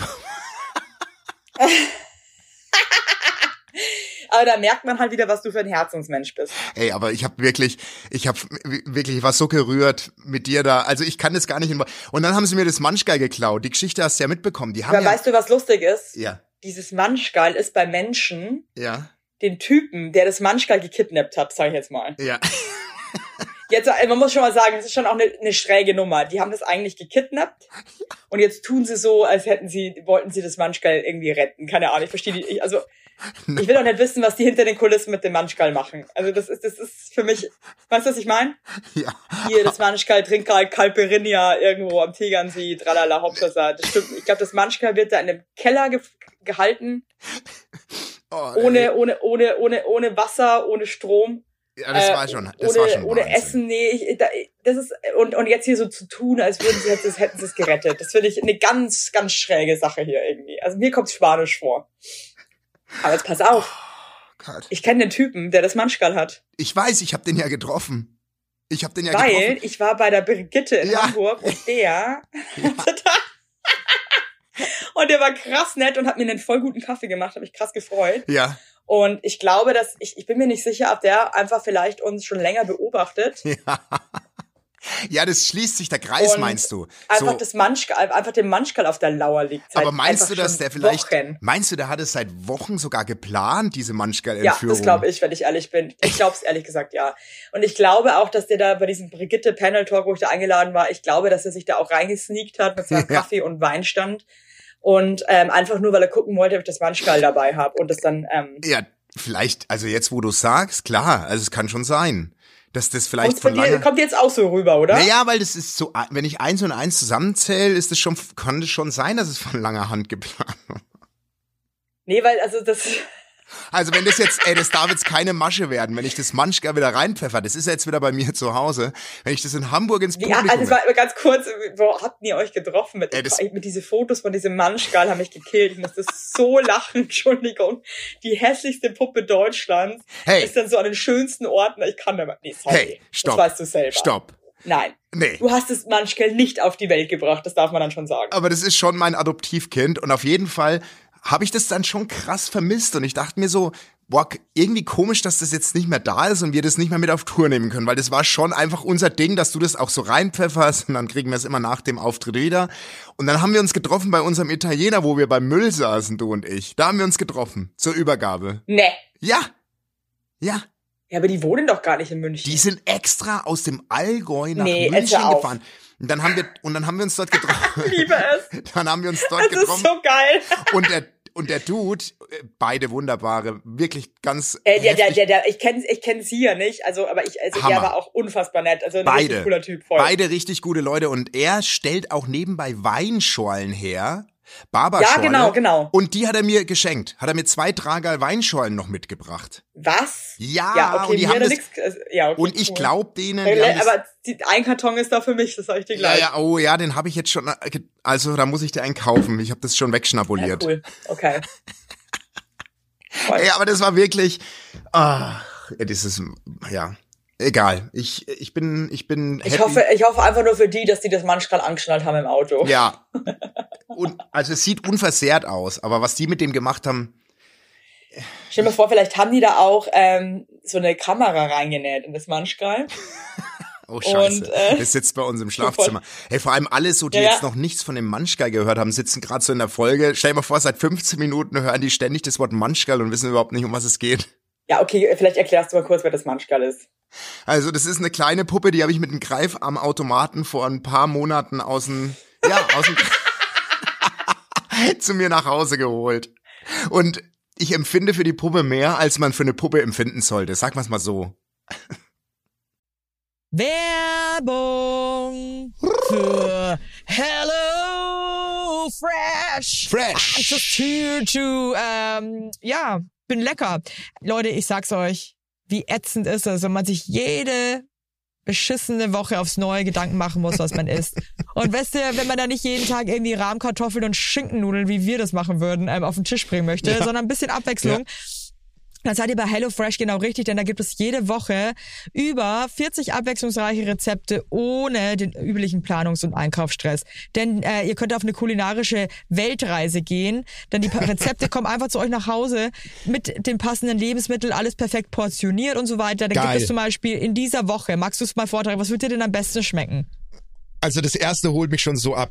[SPEAKER 2] Aber da merkt man halt wieder, was du für ein Herzensmensch bist.
[SPEAKER 3] Ey, aber ich habe wirklich, ich habe wirklich, ich war so gerührt mit dir da. Also ich kann das gar nicht. In, und dann haben sie mir das Manschgeil geklaut. Die Geschichte hast du ja mitbekommen. Die haben
[SPEAKER 2] Aber
[SPEAKER 3] ja,
[SPEAKER 2] weißt du, was lustig ist?
[SPEAKER 3] ja,
[SPEAKER 2] Dieses Manschgeil ist bei Menschen
[SPEAKER 3] ja,
[SPEAKER 2] den Typen, der das Manschgeil gekidnappt hat, sag ich jetzt mal.
[SPEAKER 3] ja,
[SPEAKER 2] Jetzt, äh, man muss schon mal sagen, das ist schon auch eine, eine schräge Nummer. Die haben das eigentlich gekidnappt und jetzt tun sie so, als hätten sie, wollten sie das Manschgeil irgendwie retten. Keine Ahnung, ich verstehe die, ich, also ich will auch nicht wissen, was die hinter den Kulissen mit dem Manschgeil machen. Also das ist, das ist für mich, weißt du, was ich meine?
[SPEAKER 3] ja.
[SPEAKER 2] Hier, das Manschgeil trinkt halt Kalperinia irgendwo am Tegernsee, tralala, Hauptsache. Das stimmt. nicht. Ich glaube, das Manschgeil wird da in einem Keller ge gehalten,
[SPEAKER 3] Oh, ey,
[SPEAKER 2] ohne, ohne, ohne, ohne, ohne Wasser, ohne Strom.
[SPEAKER 3] ja, das
[SPEAKER 2] Äh,
[SPEAKER 3] war schon, das
[SPEAKER 2] ohne,
[SPEAKER 3] war schon
[SPEAKER 2] ohne
[SPEAKER 3] Wahnsinn.
[SPEAKER 2] Essen, nee, ich, da, das ist und und jetzt hier so zu tun, als würden sie jetzt, hätten sie es gerettet. Das finde ich eine ganz ganz schräge Sache hier irgendwie. Also mir kommt Spanisch vor. Aber jetzt pass auf,
[SPEAKER 3] Gott.
[SPEAKER 2] ich kenne den Typen, der das Manschgal hat,
[SPEAKER 3] Ich weiß, ich habe den ja getroffen. Ich habe den ja
[SPEAKER 2] weil
[SPEAKER 3] getroffen.
[SPEAKER 2] ich war bei der Brigitte in
[SPEAKER 3] Ja.
[SPEAKER 2] Hamburg und der und der war krass nett und hat mir einen voll guten Kaffee gemacht, habe mich krass gefreut.
[SPEAKER 3] Ja,
[SPEAKER 2] Und ich glaube, dass ich, ich bin mir nicht sicher, ob der einfach vielleicht uns schon länger beobachtet.
[SPEAKER 3] ja, Ja, das schließt sich der Kreis,
[SPEAKER 2] Und
[SPEAKER 3] meinst du?
[SPEAKER 2] Einfach,
[SPEAKER 3] so,
[SPEAKER 2] das Manschka, einfach dem Manschkal auf der Lauer liegt. seit
[SPEAKER 3] aber meinst du,
[SPEAKER 2] einfach
[SPEAKER 3] dass
[SPEAKER 2] schon
[SPEAKER 3] der vielleicht,
[SPEAKER 2] Wochen.
[SPEAKER 3] meinst du, der hat es seit Wochen sogar geplant, diese
[SPEAKER 2] Ja,
[SPEAKER 3] Manschgal-Entführung?
[SPEAKER 2] das glaube ich, wenn ich ehrlich bin. Ich glaube es ehrlich gesagt, ja. Und ich glaube auch, dass der da bei diesem Brigitte-Panel-Talk, wo ich da eingeladen war, ich glaube, dass er sich da auch reingesneakt hat mit seinem
[SPEAKER 3] Ja.
[SPEAKER 2] Kaffee und Weinstand. Und ähm, einfach nur, weil er gucken wollte, ob ich das Manschkal dabei habe und das dann... Ähm,
[SPEAKER 3] Ja, vielleicht, also jetzt, wo du sagst, klar, also es kann schon sein, dass das vielleicht
[SPEAKER 2] und von
[SPEAKER 3] von
[SPEAKER 2] dir,
[SPEAKER 3] langer...
[SPEAKER 2] kommt jetzt auch so rüber, oder?
[SPEAKER 3] Naja, weil das ist so, wenn ich eins und eins zusammenzähle, ist es schon, kann es schon sein, dass es von langer Hand geplant war.
[SPEAKER 2] Nee, weil also das...
[SPEAKER 3] Also wenn das jetzt, ey, das darf jetzt keine Masche werden, wenn ich das Manschka wieder reinpfeffer, das ist jetzt wieder bei mir zu Hause, wenn ich das in Hamburg ins
[SPEAKER 2] Wie, also
[SPEAKER 3] Publikum...
[SPEAKER 2] das war aber ganz kurz, wo habt ihr euch getroffen? Mit,
[SPEAKER 3] Ey, das-
[SPEAKER 2] mit diese Fotos von diesem Manschgal haben mich gekillt. Ich musste so lachen, Entschuldigung. Die hässlichste Puppe Deutschlands
[SPEAKER 3] Hey.
[SPEAKER 2] ist dann so an den schönsten Orten. Ich kann aber. Nee, sorry.
[SPEAKER 3] hey, stopp,
[SPEAKER 2] Das weißt du selber.
[SPEAKER 3] stopp,
[SPEAKER 2] Nein.
[SPEAKER 3] nee.
[SPEAKER 2] Du hast das Manschgal nicht auf die Welt gebracht, das darf man dann schon sagen.
[SPEAKER 3] aber das ist schon mein Adoptivkind und auf jeden Fall habe ich das dann schon krass vermisst und ich dachte mir so, boah, irgendwie komisch, dass das jetzt nicht mehr da ist und wir das nicht mehr mit auf Tour nehmen können, weil das war schon einfach unser Ding, dass du das auch so reinpfefferst und dann kriegen wir es immer nach dem Auftritt wieder. Und dann haben wir uns getroffen bei unserem Italiener, wo wir beim Müll saßen, du und ich. Da haben wir uns getroffen zur Übergabe.
[SPEAKER 2] Nee.
[SPEAKER 3] Ja. Ja,
[SPEAKER 2] Ja, aber die wohnen doch gar nicht in München.
[SPEAKER 3] die sind extra aus dem Allgäu nach
[SPEAKER 2] Nee, jetzt
[SPEAKER 3] München
[SPEAKER 2] hör auf.
[SPEAKER 3] gefahren. Und dann haben wir und dann haben wir uns dort
[SPEAKER 2] ich
[SPEAKER 3] getroffen.
[SPEAKER 2] liebe es.
[SPEAKER 3] dann haben wir uns dort
[SPEAKER 2] Das ist
[SPEAKER 3] getroffen.
[SPEAKER 2] so geil.
[SPEAKER 3] Und der, und der Dude, äh, beide wunderbare, wirklich ganz.
[SPEAKER 2] Äh, der, der,
[SPEAKER 3] heftig.
[SPEAKER 2] der, der, ich kenne ich kenn sie ja nicht, also, aber ich, also
[SPEAKER 3] Hammer.
[SPEAKER 2] der war auch unfassbar nett. Also ein
[SPEAKER 3] Beide.
[SPEAKER 2] richtig cooler Typ voll.
[SPEAKER 3] Beide richtig gute Leute. Und er stellt auch nebenbei Weinschorlen her.
[SPEAKER 2] Ja,
[SPEAKER 3] Barberschorle.
[SPEAKER 2] genau, genau.
[SPEAKER 3] Und die hat er mir geschenkt. Hat er mir zwei Tragal Weinschorlen noch mitgebracht.
[SPEAKER 2] Was?
[SPEAKER 3] Ja,
[SPEAKER 2] Ja, okay,
[SPEAKER 3] und die
[SPEAKER 2] mir
[SPEAKER 3] haben
[SPEAKER 2] hat er
[SPEAKER 3] das,
[SPEAKER 2] nix, also, ja, okay,
[SPEAKER 3] und ich
[SPEAKER 2] cool.
[SPEAKER 3] glaub denen, die haben
[SPEAKER 2] Äh,
[SPEAKER 3] das,
[SPEAKER 2] aber die, ein Karton ist da für mich, das sag ich dir
[SPEAKER 3] ja,
[SPEAKER 2] gleich.
[SPEAKER 3] ja, oh ja, den habe ich jetzt schon, äh, ge- also da muss ich dir einen kaufen. Ich habe das schon wegschnabuliert.
[SPEAKER 2] cool. Okay.
[SPEAKER 3] Ja, aber das war wirklich. Ah, das ist ja egal. Ich ich bin ich bin.
[SPEAKER 2] Ich
[SPEAKER 3] happy.
[SPEAKER 2] hoffe, ich hoffe einfach nur für die, dass die das manchmal angeschnallt haben im Auto.
[SPEAKER 3] Ja. Und also es sieht unversehrt aus, aber was die mit dem gemacht haben,
[SPEAKER 2] Stell dir mal vor, vielleicht haben die da auch ähm, so eine Kamera reingenäht in das Manschgal.
[SPEAKER 3] oh Scheiße,
[SPEAKER 2] Und, äh,
[SPEAKER 3] das sitzt bei uns im Schlafzimmer. Hey, vor allem alle so, die
[SPEAKER 2] Ja, ja.
[SPEAKER 3] jetzt noch nichts von dem Manschgal gehört haben, sitzen gerade so in der Folge. Stell dir mal vor, seit 15 Minuten hören die ständig das Wort Manschgal und wissen überhaupt nicht, um was es geht.
[SPEAKER 2] Ja, okay, vielleicht erklärst du mal kurz, wer das Manschgal ist.
[SPEAKER 3] Also das ist eine kleine Puppe, die habe ich mit einem Greif am Automaten vor ein paar Monaten aus dem, ja, aus dem, zu mir nach Hause geholt. Und ich empfinde für die Puppe mehr, als man für eine Puppe empfinden sollte. Sag mal's mal so.
[SPEAKER 1] Werbung für Hello Fresh. I'm
[SPEAKER 4] Fresh.
[SPEAKER 1] just here to, ähm, ja, bin lecker. Leute, ich sag's euch, wie ätzend ist es, wenn man sich jede beschissene Woche aufs Neue Gedanken machen muss, was man isst. Und weißt du, wenn man da nicht jeden Tag irgendwie Rahmkartoffeln und Schinkennudeln, wie wir das machen würden, ähm, auf den Tisch bringen möchte, sondern ein bisschen Abwechslung, dann seid ihr bei HelloFresh genau richtig, denn da gibt es jede Woche über 40 abwechslungsreiche Rezepte ohne den üblichen Planungs- und Einkaufsstress. Denn äh, ihr könnt auf eine kulinarische Weltreise gehen, denn die pa- Rezepte kommen einfach zu euch nach Hause mit den passenden Lebensmitteln, alles perfekt portioniert und so weiter. Dann
[SPEAKER 4] Geil.
[SPEAKER 1] gibt es zum Beispiel in dieser Woche, magst du es mal vortragen, was wird dir denn am besten schmecken?
[SPEAKER 4] Also das erste holt mich schon so ab.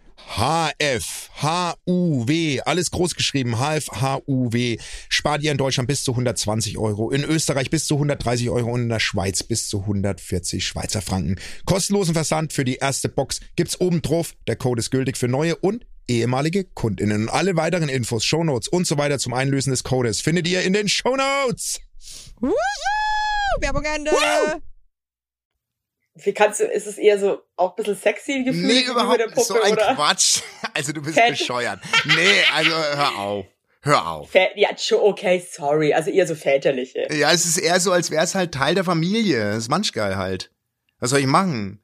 [SPEAKER 4] HF, HUW, alles groß geschrieben, HF, HUW, spart ihr in Deutschland bis zu 120 Euro, in Österreich bis zu 130 Euro und in der Schweiz bis zu 140 Schweizer Franken. Kostenlosen Versand für die erste Box gibt's oben drauf, der Code ist gültig für neue und ehemalige KundInnen. Und alle weiteren Infos, Shownotes und so weiter zum Einlösen des Codes findet ihr in den Shownotes.
[SPEAKER 1] Wuhu! Werbung Ende.
[SPEAKER 6] Wie kannst du, ist es eher so auch ein bisschen sexy gefühlt
[SPEAKER 3] Nee,
[SPEAKER 6] gegenüber
[SPEAKER 3] überhaupt
[SPEAKER 6] der
[SPEAKER 3] nicht.
[SPEAKER 6] Puppe,
[SPEAKER 3] So ein
[SPEAKER 6] oder?
[SPEAKER 3] Quatsch. Also du bist
[SPEAKER 6] Fett.
[SPEAKER 3] bescheuert. Nee, also hör auf. Hör auf.
[SPEAKER 6] Fä ja, tschu- okay, sorry. Also eher so väterliche.
[SPEAKER 3] Ja, es ist eher so, als wäre es halt Teil der Familie. Das ist manchmal halt. Was soll ich machen?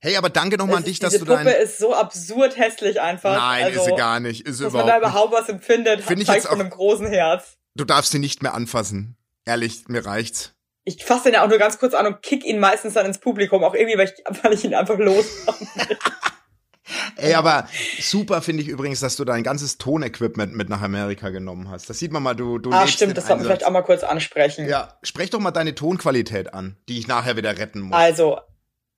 [SPEAKER 3] Hey, aber danke nochmal an
[SPEAKER 6] Es ist-
[SPEAKER 3] dich, dass
[SPEAKER 6] diese
[SPEAKER 3] du dein...
[SPEAKER 6] Puppe ist so absurd hässlich einfach.
[SPEAKER 3] Nein,
[SPEAKER 6] also,
[SPEAKER 3] ist sie gar nicht. Ist sie
[SPEAKER 6] Dass man da
[SPEAKER 3] überhaupt nicht.
[SPEAKER 6] überhaupt was empfindet,
[SPEAKER 3] Find ich
[SPEAKER 6] zeigt
[SPEAKER 3] jetzt
[SPEAKER 6] von
[SPEAKER 3] auch-
[SPEAKER 6] einem großen Herz.
[SPEAKER 3] Du darfst sie nicht mehr anfassen. Ehrlich, mir reicht's.
[SPEAKER 6] Ich fasse den ja auch nur ganz kurz an und kick ihn meistens dann ins Publikum, auch irgendwie, weil ich, weil ich ihn einfach los
[SPEAKER 3] Ey, aber super finde ich übrigens, dass du dein ganzes Tonequipment mit nach Amerika genommen hast. Das sieht man mal, du, du
[SPEAKER 6] Ah,
[SPEAKER 3] lebst
[SPEAKER 6] stimmt,
[SPEAKER 3] den
[SPEAKER 6] das sollten wir vielleicht
[SPEAKER 3] Einsatz.
[SPEAKER 6] auch mal kurz ansprechen.
[SPEAKER 3] Ja, sprech doch mal deine Tonqualität an, die ich nachher wieder retten muss.
[SPEAKER 6] Also,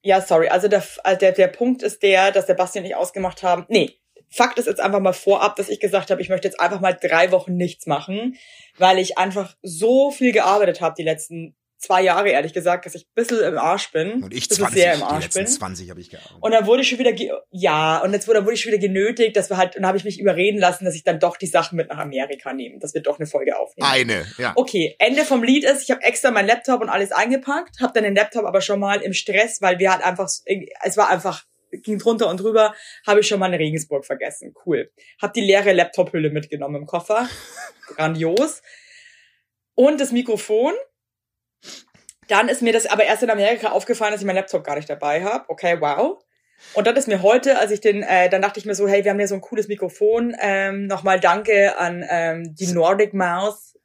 [SPEAKER 6] ja, sorry. Also der, also der, der Punkt ist der, dass der Basti und ich ausgemacht haben. Nee, Fakt ist jetzt einfach mal vorab, dass ich gesagt habe, ich möchte jetzt einfach mal drei Wochen nichts machen, weil ich einfach so viel gearbeitet habe die letzten zwei Jahre, ehrlich gesagt, dass ich ein bisschen im Arsch bin.
[SPEAKER 3] Und ich
[SPEAKER 6] bisschen
[SPEAKER 3] 20,
[SPEAKER 6] sehr im
[SPEAKER 3] die
[SPEAKER 6] Arsch
[SPEAKER 3] letzten
[SPEAKER 6] bin.
[SPEAKER 3] 20 habe ich gearbeitet.
[SPEAKER 6] Und dann wurde ich schon wieder, ge ja, und jetzt wurde, dann wurde ich schon wieder genötigt, dass wir halt, und dann habe ich mich überreden lassen, dass ich dann doch die Sachen mit nach Amerika nehme, dass wir doch eine Folge aufnehmen.
[SPEAKER 3] Eine, ja.
[SPEAKER 6] Okay, Ende vom Lied ist, ich habe extra meinen Laptop und alles eingepackt, habe dann den Laptop aber schon mal im Stress, weil wir halt einfach, es war einfach, ging drunter und drüber, habe ich schon mal in Regensburg vergessen. Cool. Hab die leere Laptophülle mitgenommen im Koffer. Grandios. Und das Mikrofon. Dann ist mir das aber erst in Amerika aufgefallen, dass ich meinen Laptop gar nicht dabei habe. Okay, wow. Und dann ist mir heute, als ich den, äh, dann dachte ich mir so, hey, wir haben ja so ein cooles Mikrofon. Ähm, Nochmal danke an ähm, die Nordic Mouse,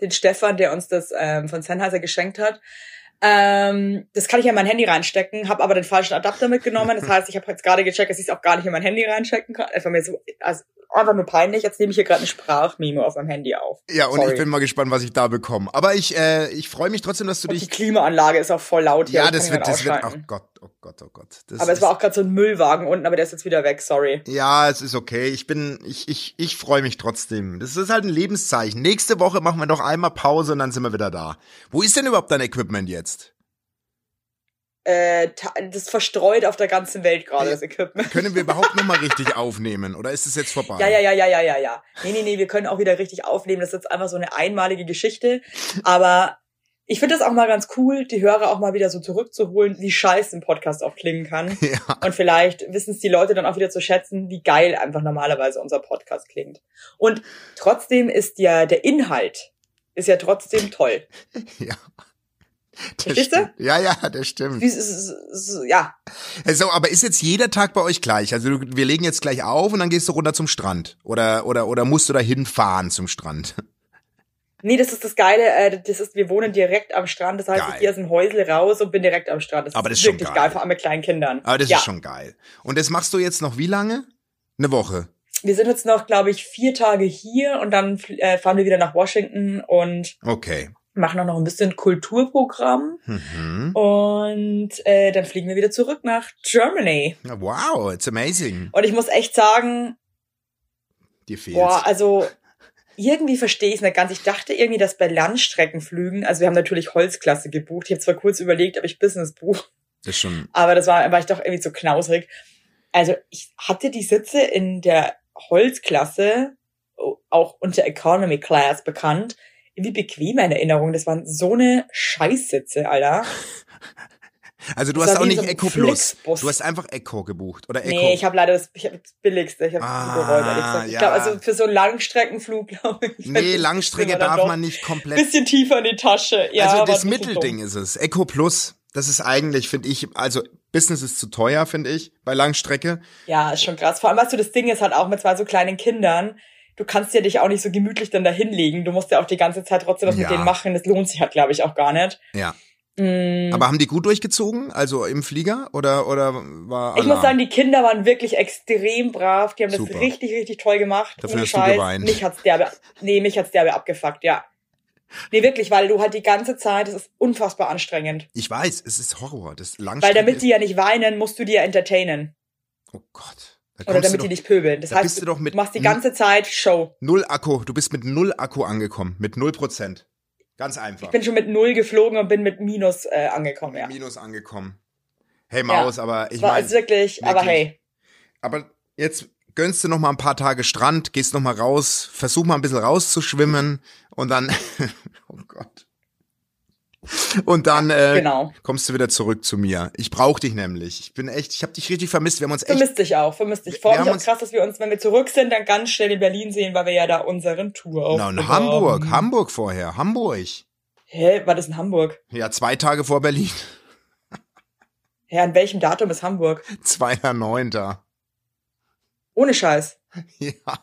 [SPEAKER 6] den Stefan, der uns das ähm, von Sennheiser geschenkt hat. Ähm, das kann ich ja in mein Handy reinstecken, habe aber den falschen Adapter mitgenommen. Das heißt, ich habe jetzt gerade gecheckt, dass ich es auch gar nicht in mein Handy reinstecken kann. Einfach mir so, also einfach nur peinlich. Jetzt nehme ich hier gerade eine Sprachmemo auf meinem Handy auf.
[SPEAKER 3] Ja, und
[SPEAKER 6] Sorry.
[SPEAKER 3] ich bin mal gespannt, was ich da bekomme. Aber ich, äh, ich freue mich trotzdem, dass du
[SPEAKER 6] Und die
[SPEAKER 3] dich.
[SPEAKER 6] Klimaanlage ist auch voll laut hier.
[SPEAKER 3] Ja,
[SPEAKER 6] kann
[SPEAKER 3] das
[SPEAKER 6] ich
[SPEAKER 3] wird,
[SPEAKER 6] gerade
[SPEAKER 3] das wird. Oh
[SPEAKER 6] ausschalten.
[SPEAKER 3] Gott, oh Gott, oh Gott. Das
[SPEAKER 6] aber es
[SPEAKER 3] ist-
[SPEAKER 6] war auch gerade so ein Müllwagen unten, aber der ist jetzt wieder weg, sorry.
[SPEAKER 3] Ja, es ist okay. Ich bin, ich, ich, ich freue mich trotzdem. Das ist halt ein Lebenszeichen. Nächste Woche machen wir noch einmal Pause und dann sind wir wieder da. Wo ist denn überhaupt dein Equipment jetzt?
[SPEAKER 6] Äh, ta- das ist verstreut auf der ganzen Welt gerade, das Equipment.
[SPEAKER 3] Können wir überhaupt nochmal richtig aufnehmen? Oder ist es jetzt vorbei?
[SPEAKER 6] Ja, ja, ja, ja, ja, ja, ja. Nee, nee, nee, wir können auch wieder richtig aufnehmen. Das ist jetzt einfach so eine einmalige Geschichte. Aber ich finde das auch mal ganz cool, die Hörer auch mal wieder so zurückzuholen, wie scheiße ein Podcast auch klingen kann.
[SPEAKER 3] Ja.
[SPEAKER 6] Und vielleicht wissen es die Leute dann auch wieder zu schätzen, wie geil einfach normalerweise unser Podcast klingt. Und trotzdem ist ja der Inhalt ist ja trotzdem toll.
[SPEAKER 3] ja. Der
[SPEAKER 6] Verstehst du?
[SPEAKER 3] stimmt. Ja, ja, das stimmt.
[SPEAKER 6] Wie, s- s- s- ja,
[SPEAKER 3] So, aber ist jetzt jeder Tag bei euch gleich? Also du, wir legen jetzt gleich auf und dann gehst du runter zum Strand. Oder, oder, oder musst du da hinfahren zum Strand?
[SPEAKER 6] Nee, das ist das Geile. äh, Das ist, wir wohnen direkt am Strand. Das heißt,
[SPEAKER 3] Geil.
[SPEAKER 6] ich gehe aus dem Häusel raus und bin direkt am Strand. Das,
[SPEAKER 3] Aber das ist
[SPEAKER 6] ist
[SPEAKER 3] schon
[SPEAKER 6] wirklich
[SPEAKER 3] geil.
[SPEAKER 6] geil. vor allem mit kleinen Kindern.
[SPEAKER 3] Aber das
[SPEAKER 6] ja.
[SPEAKER 3] ist schon geil. Und das machst du jetzt noch wie lange? Eine Woche.
[SPEAKER 6] Wir sind jetzt noch, glaube ich, vier Tage hier und dann äh, fahren wir wieder nach Washington und
[SPEAKER 3] Okay.
[SPEAKER 6] machen auch noch ein bisschen Kulturprogramm.
[SPEAKER 3] Mhm.
[SPEAKER 6] Und äh, dann fliegen wir wieder zurück nach Germany.
[SPEAKER 3] Wow, it's amazing.
[SPEAKER 6] Und ich muss echt sagen,
[SPEAKER 3] Dir fehlt's.
[SPEAKER 6] Boah, also irgendwie verstehe ich es nicht ganz. Ich dachte irgendwie, dass bei Landstreckenflügen, also wir haben natürlich Holzklasse gebucht. Ich habe zwar kurz überlegt, ob ich Business buche,
[SPEAKER 3] Das ist schon.
[SPEAKER 6] aber das war, war ich doch irgendwie zu knausrig. Also ich hatte die Sitze in der Holzklasse, auch unter Economy Class bekannt, irgendwie bequemer in Erinnerung. Das waren so eine Scheißsitze, Alter.
[SPEAKER 3] Also du
[SPEAKER 6] Das
[SPEAKER 3] hast
[SPEAKER 6] war
[SPEAKER 3] auch
[SPEAKER 6] wie
[SPEAKER 3] nicht
[SPEAKER 6] so ein
[SPEAKER 3] Echo Plus.
[SPEAKER 6] Flixbus.
[SPEAKER 3] Du hast einfach Echo gebucht. Oder Echo.
[SPEAKER 6] Nee, ich habe leider das, ich hab das billigste. Ich habe
[SPEAKER 3] Ah,
[SPEAKER 6] ah, bereut, ehrlich gesagt. Ich
[SPEAKER 3] ja.
[SPEAKER 6] glaube, also für so einen Langstreckenflug, glaube ich.
[SPEAKER 3] nee Langstrecke
[SPEAKER 6] sind wir dann
[SPEAKER 3] darf
[SPEAKER 6] doch
[SPEAKER 3] man nicht komplett.
[SPEAKER 6] bisschen tiefer in die Tasche. Ja,
[SPEAKER 3] also
[SPEAKER 6] aber
[SPEAKER 3] das
[SPEAKER 6] ein bisschen
[SPEAKER 3] Mittelding ist es. Echo Plus. Das ist eigentlich, finde ich, also Business ist zu teuer, finde ich, bei Langstrecke.
[SPEAKER 6] dumm. Ja, ist schon krass. Vor allem, weißt du, das Ding ist halt auch mit zwei so kleinen Kindern. Du kannst ja dich auch nicht so gemütlich dann da hinlegen. Du musst ja auch die ganze Zeit trotzdem was
[SPEAKER 3] Ja.
[SPEAKER 6] mit denen machen. Das lohnt sich halt, glaube ich, auch gar nicht.
[SPEAKER 3] Ja.
[SPEAKER 6] Mm.
[SPEAKER 3] Aber haben die gut durchgezogen? Also im Flieger? Oder, oder war.
[SPEAKER 6] ich muss
[SPEAKER 3] Alarm?
[SPEAKER 6] sagen, die Kinder waren wirklich extrem brav. Die haben
[SPEAKER 3] Super.
[SPEAKER 6] das richtig, richtig toll gemacht.
[SPEAKER 3] Dafür
[SPEAKER 6] Ohne
[SPEAKER 3] hast du
[SPEAKER 6] Scheiß.
[SPEAKER 3] geweint.
[SPEAKER 6] Mich hat's derbe, nee, mich hat's derbe abgefuckt, ja. Nee, wirklich, weil du halt die ganze Zeit, das ist unfassbar anstrengend.
[SPEAKER 3] Ich weiß, es ist Horror. Das
[SPEAKER 6] Weil
[SPEAKER 3] Langstrecke.
[SPEAKER 6] damit die
[SPEAKER 3] ist,
[SPEAKER 6] ja nicht weinen, musst du die ja entertainen.
[SPEAKER 3] oh Gott. Da
[SPEAKER 6] Oder
[SPEAKER 3] kommst du
[SPEAKER 6] damit
[SPEAKER 3] doch
[SPEAKER 6] die nicht pöbeln. Das
[SPEAKER 3] da
[SPEAKER 6] heißt,
[SPEAKER 3] bist du doch mit-
[SPEAKER 6] machst die ganze Zeit Show.
[SPEAKER 3] Null Akku. Du bist mit null Akku angekommen. Mit null Prozent. Ganz einfach.
[SPEAKER 6] Ich bin schon mit null geflogen und bin mit Minus äh, angekommen, ja.
[SPEAKER 3] Minus angekommen. Hey Maus, aber ich
[SPEAKER 6] war
[SPEAKER 3] meine,
[SPEAKER 6] es wirklich, aber hey,
[SPEAKER 3] aber jetzt gönnst du noch mal ein paar Tage Strand, gehst noch mal raus, versuch mal ein bisschen rauszuschwimmen und dann oh Gott. Und dann äh,
[SPEAKER 6] Genau.
[SPEAKER 3] kommst du wieder zurück zu mir. Ich brauche dich nämlich. Ich bin echt, ich habe dich richtig vermisst. Wir haben uns echt
[SPEAKER 6] Vermisst dich auch, vermisst dich.
[SPEAKER 3] Wir
[SPEAKER 6] Vor mich
[SPEAKER 3] haben
[SPEAKER 6] auch
[SPEAKER 3] uns-
[SPEAKER 6] krass, dass wir uns, wenn wir zurück sind, dann ganz schnell in Berlin sehen, weil wir ja da unseren Tour auf.
[SPEAKER 3] Na, in Hamburg, Hamburg vorher, Hamburg.
[SPEAKER 6] Hä, war das in Hamburg?
[SPEAKER 3] Ja, zwei Tage vor Berlin,
[SPEAKER 6] Ja, an welchem Datum ist Hamburg?
[SPEAKER 3] 2.9.
[SPEAKER 6] Ohne Scheiß.
[SPEAKER 3] Ja.
[SPEAKER 6] Ah.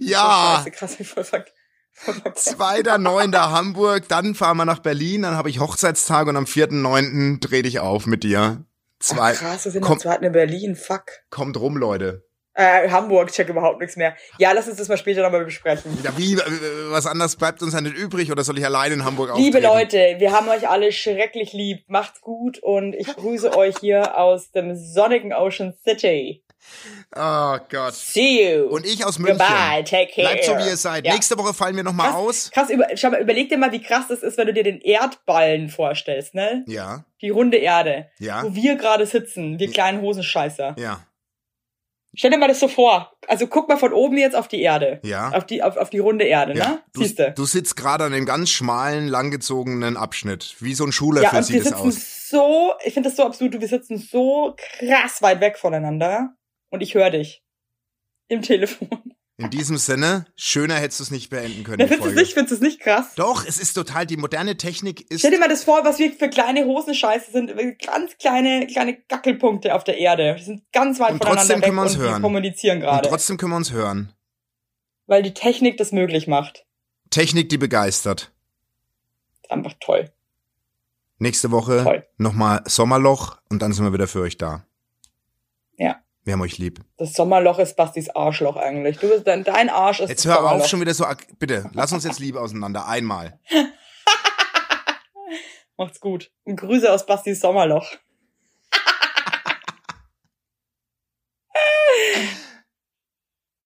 [SPEAKER 3] Ja,
[SPEAKER 6] Scheiße, krass, wie voll ver- voll vergessen.
[SPEAKER 3] 2.9. Hamburg, dann fahren wir nach Berlin, dann habe ich Hochzeitstag und am 4.9. dreh dich auf mit dir. Zwei.
[SPEAKER 6] Krass, wir sind
[SPEAKER 3] Komm-
[SPEAKER 6] am zweiten in Berlin, fuck.
[SPEAKER 3] Kommt rum, Leute.
[SPEAKER 6] Äh, Hamburg, check überhaupt nichts mehr. Ja, lass uns das mal später nochmal besprechen.
[SPEAKER 3] Ja, wie, äh, was anderes bleibt uns ja nicht übrig oder soll ich allein in Hamburg auftreten?
[SPEAKER 6] Liebe Leute, wir haben euch alle schrecklich lieb. Macht's gut und ich grüße euch hier aus dem sonnigen Ocean City.
[SPEAKER 3] Oh Gott.
[SPEAKER 6] See you.
[SPEAKER 3] Und ich aus München.
[SPEAKER 6] Goodbye, take care.
[SPEAKER 3] Bleibt so, wie ihr seid.
[SPEAKER 6] Ja.
[SPEAKER 3] Nächste Woche fallen wir nochmal
[SPEAKER 6] krass,
[SPEAKER 3] aus.
[SPEAKER 6] Krass, über, schau mal, überleg dir mal, wie krass das ist, wenn du dir den Erdballen vorstellst, ne?
[SPEAKER 3] Ja,
[SPEAKER 6] Die runde Erde,
[SPEAKER 3] ja,
[SPEAKER 6] wo wir gerade sitzen, wir kleinen Hosenscheißer.
[SPEAKER 3] ja,
[SPEAKER 6] Stell dir mal das so vor. Also guck mal von oben jetzt auf die Erde.
[SPEAKER 3] ja.
[SPEAKER 6] Auf die, auf, auf die runde Erde, ne?
[SPEAKER 3] Du,
[SPEAKER 6] Siehst du?
[SPEAKER 3] du sitzt gerade an dem ganz schmalen, langgezogenen Abschnitt. Wie so ein Schulöffel
[SPEAKER 6] Ja, und wir
[SPEAKER 3] sieht es
[SPEAKER 6] sitzen
[SPEAKER 3] aus.
[SPEAKER 6] so, ich finde das so absurd, wir sitzen so krass weit weg voneinander und ich höre dich. Im Telefon.
[SPEAKER 3] In diesem Sinne, schöner hättest du es nicht beenden können.
[SPEAKER 6] Na,
[SPEAKER 3] die
[SPEAKER 6] findest du es
[SPEAKER 3] Folge.
[SPEAKER 6] nicht, findest du es nicht krass?
[SPEAKER 3] Doch, es ist total, die moderne Technik ist.
[SPEAKER 6] Stell dir mal das vor, was wir für kleine Hosenscheiße sind. wir sind Ganz kleine, kleine Gackelpunkte auf der Erde. Wir sind ganz weit
[SPEAKER 3] Und
[SPEAKER 6] voneinander
[SPEAKER 3] trotzdem
[SPEAKER 6] weg
[SPEAKER 3] können wir uns
[SPEAKER 6] und
[SPEAKER 3] hören.
[SPEAKER 6] wir kommunizieren
[SPEAKER 3] Und
[SPEAKER 6] gerade.
[SPEAKER 3] trotzdem können wir uns hören.
[SPEAKER 6] Weil die Technik das möglich macht.
[SPEAKER 3] Technik, die begeistert.
[SPEAKER 6] Ist einfach toll.
[SPEAKER 3] Nächste Woche
[SPEAKER 6] Toll.
[SPEAKER 3] nochmal Sommerloch und dann sind wir wieder für euch da.
[SPEAKER 6] Ja.
[SPEAKER 3] Wir haben euch lieb.
[SPEAKER 6] Das Sommerloch ist Bastis Arschloch eigentlich. Du bist dein, dein Arsch ist
[SPEAKER 3] Jetzt
[SPEAKER 6] das
[SPEAKER 3] hör auf
[SPEAKER 6] Sommerloch.
[SPEAKER 3] schon wieder so. ak- Bitte, lass uns jetzt Liebe auseinander. Einmal.
[SPEAKER 6] Macht's gut. Und Grüße aus Bastis Sommerloch.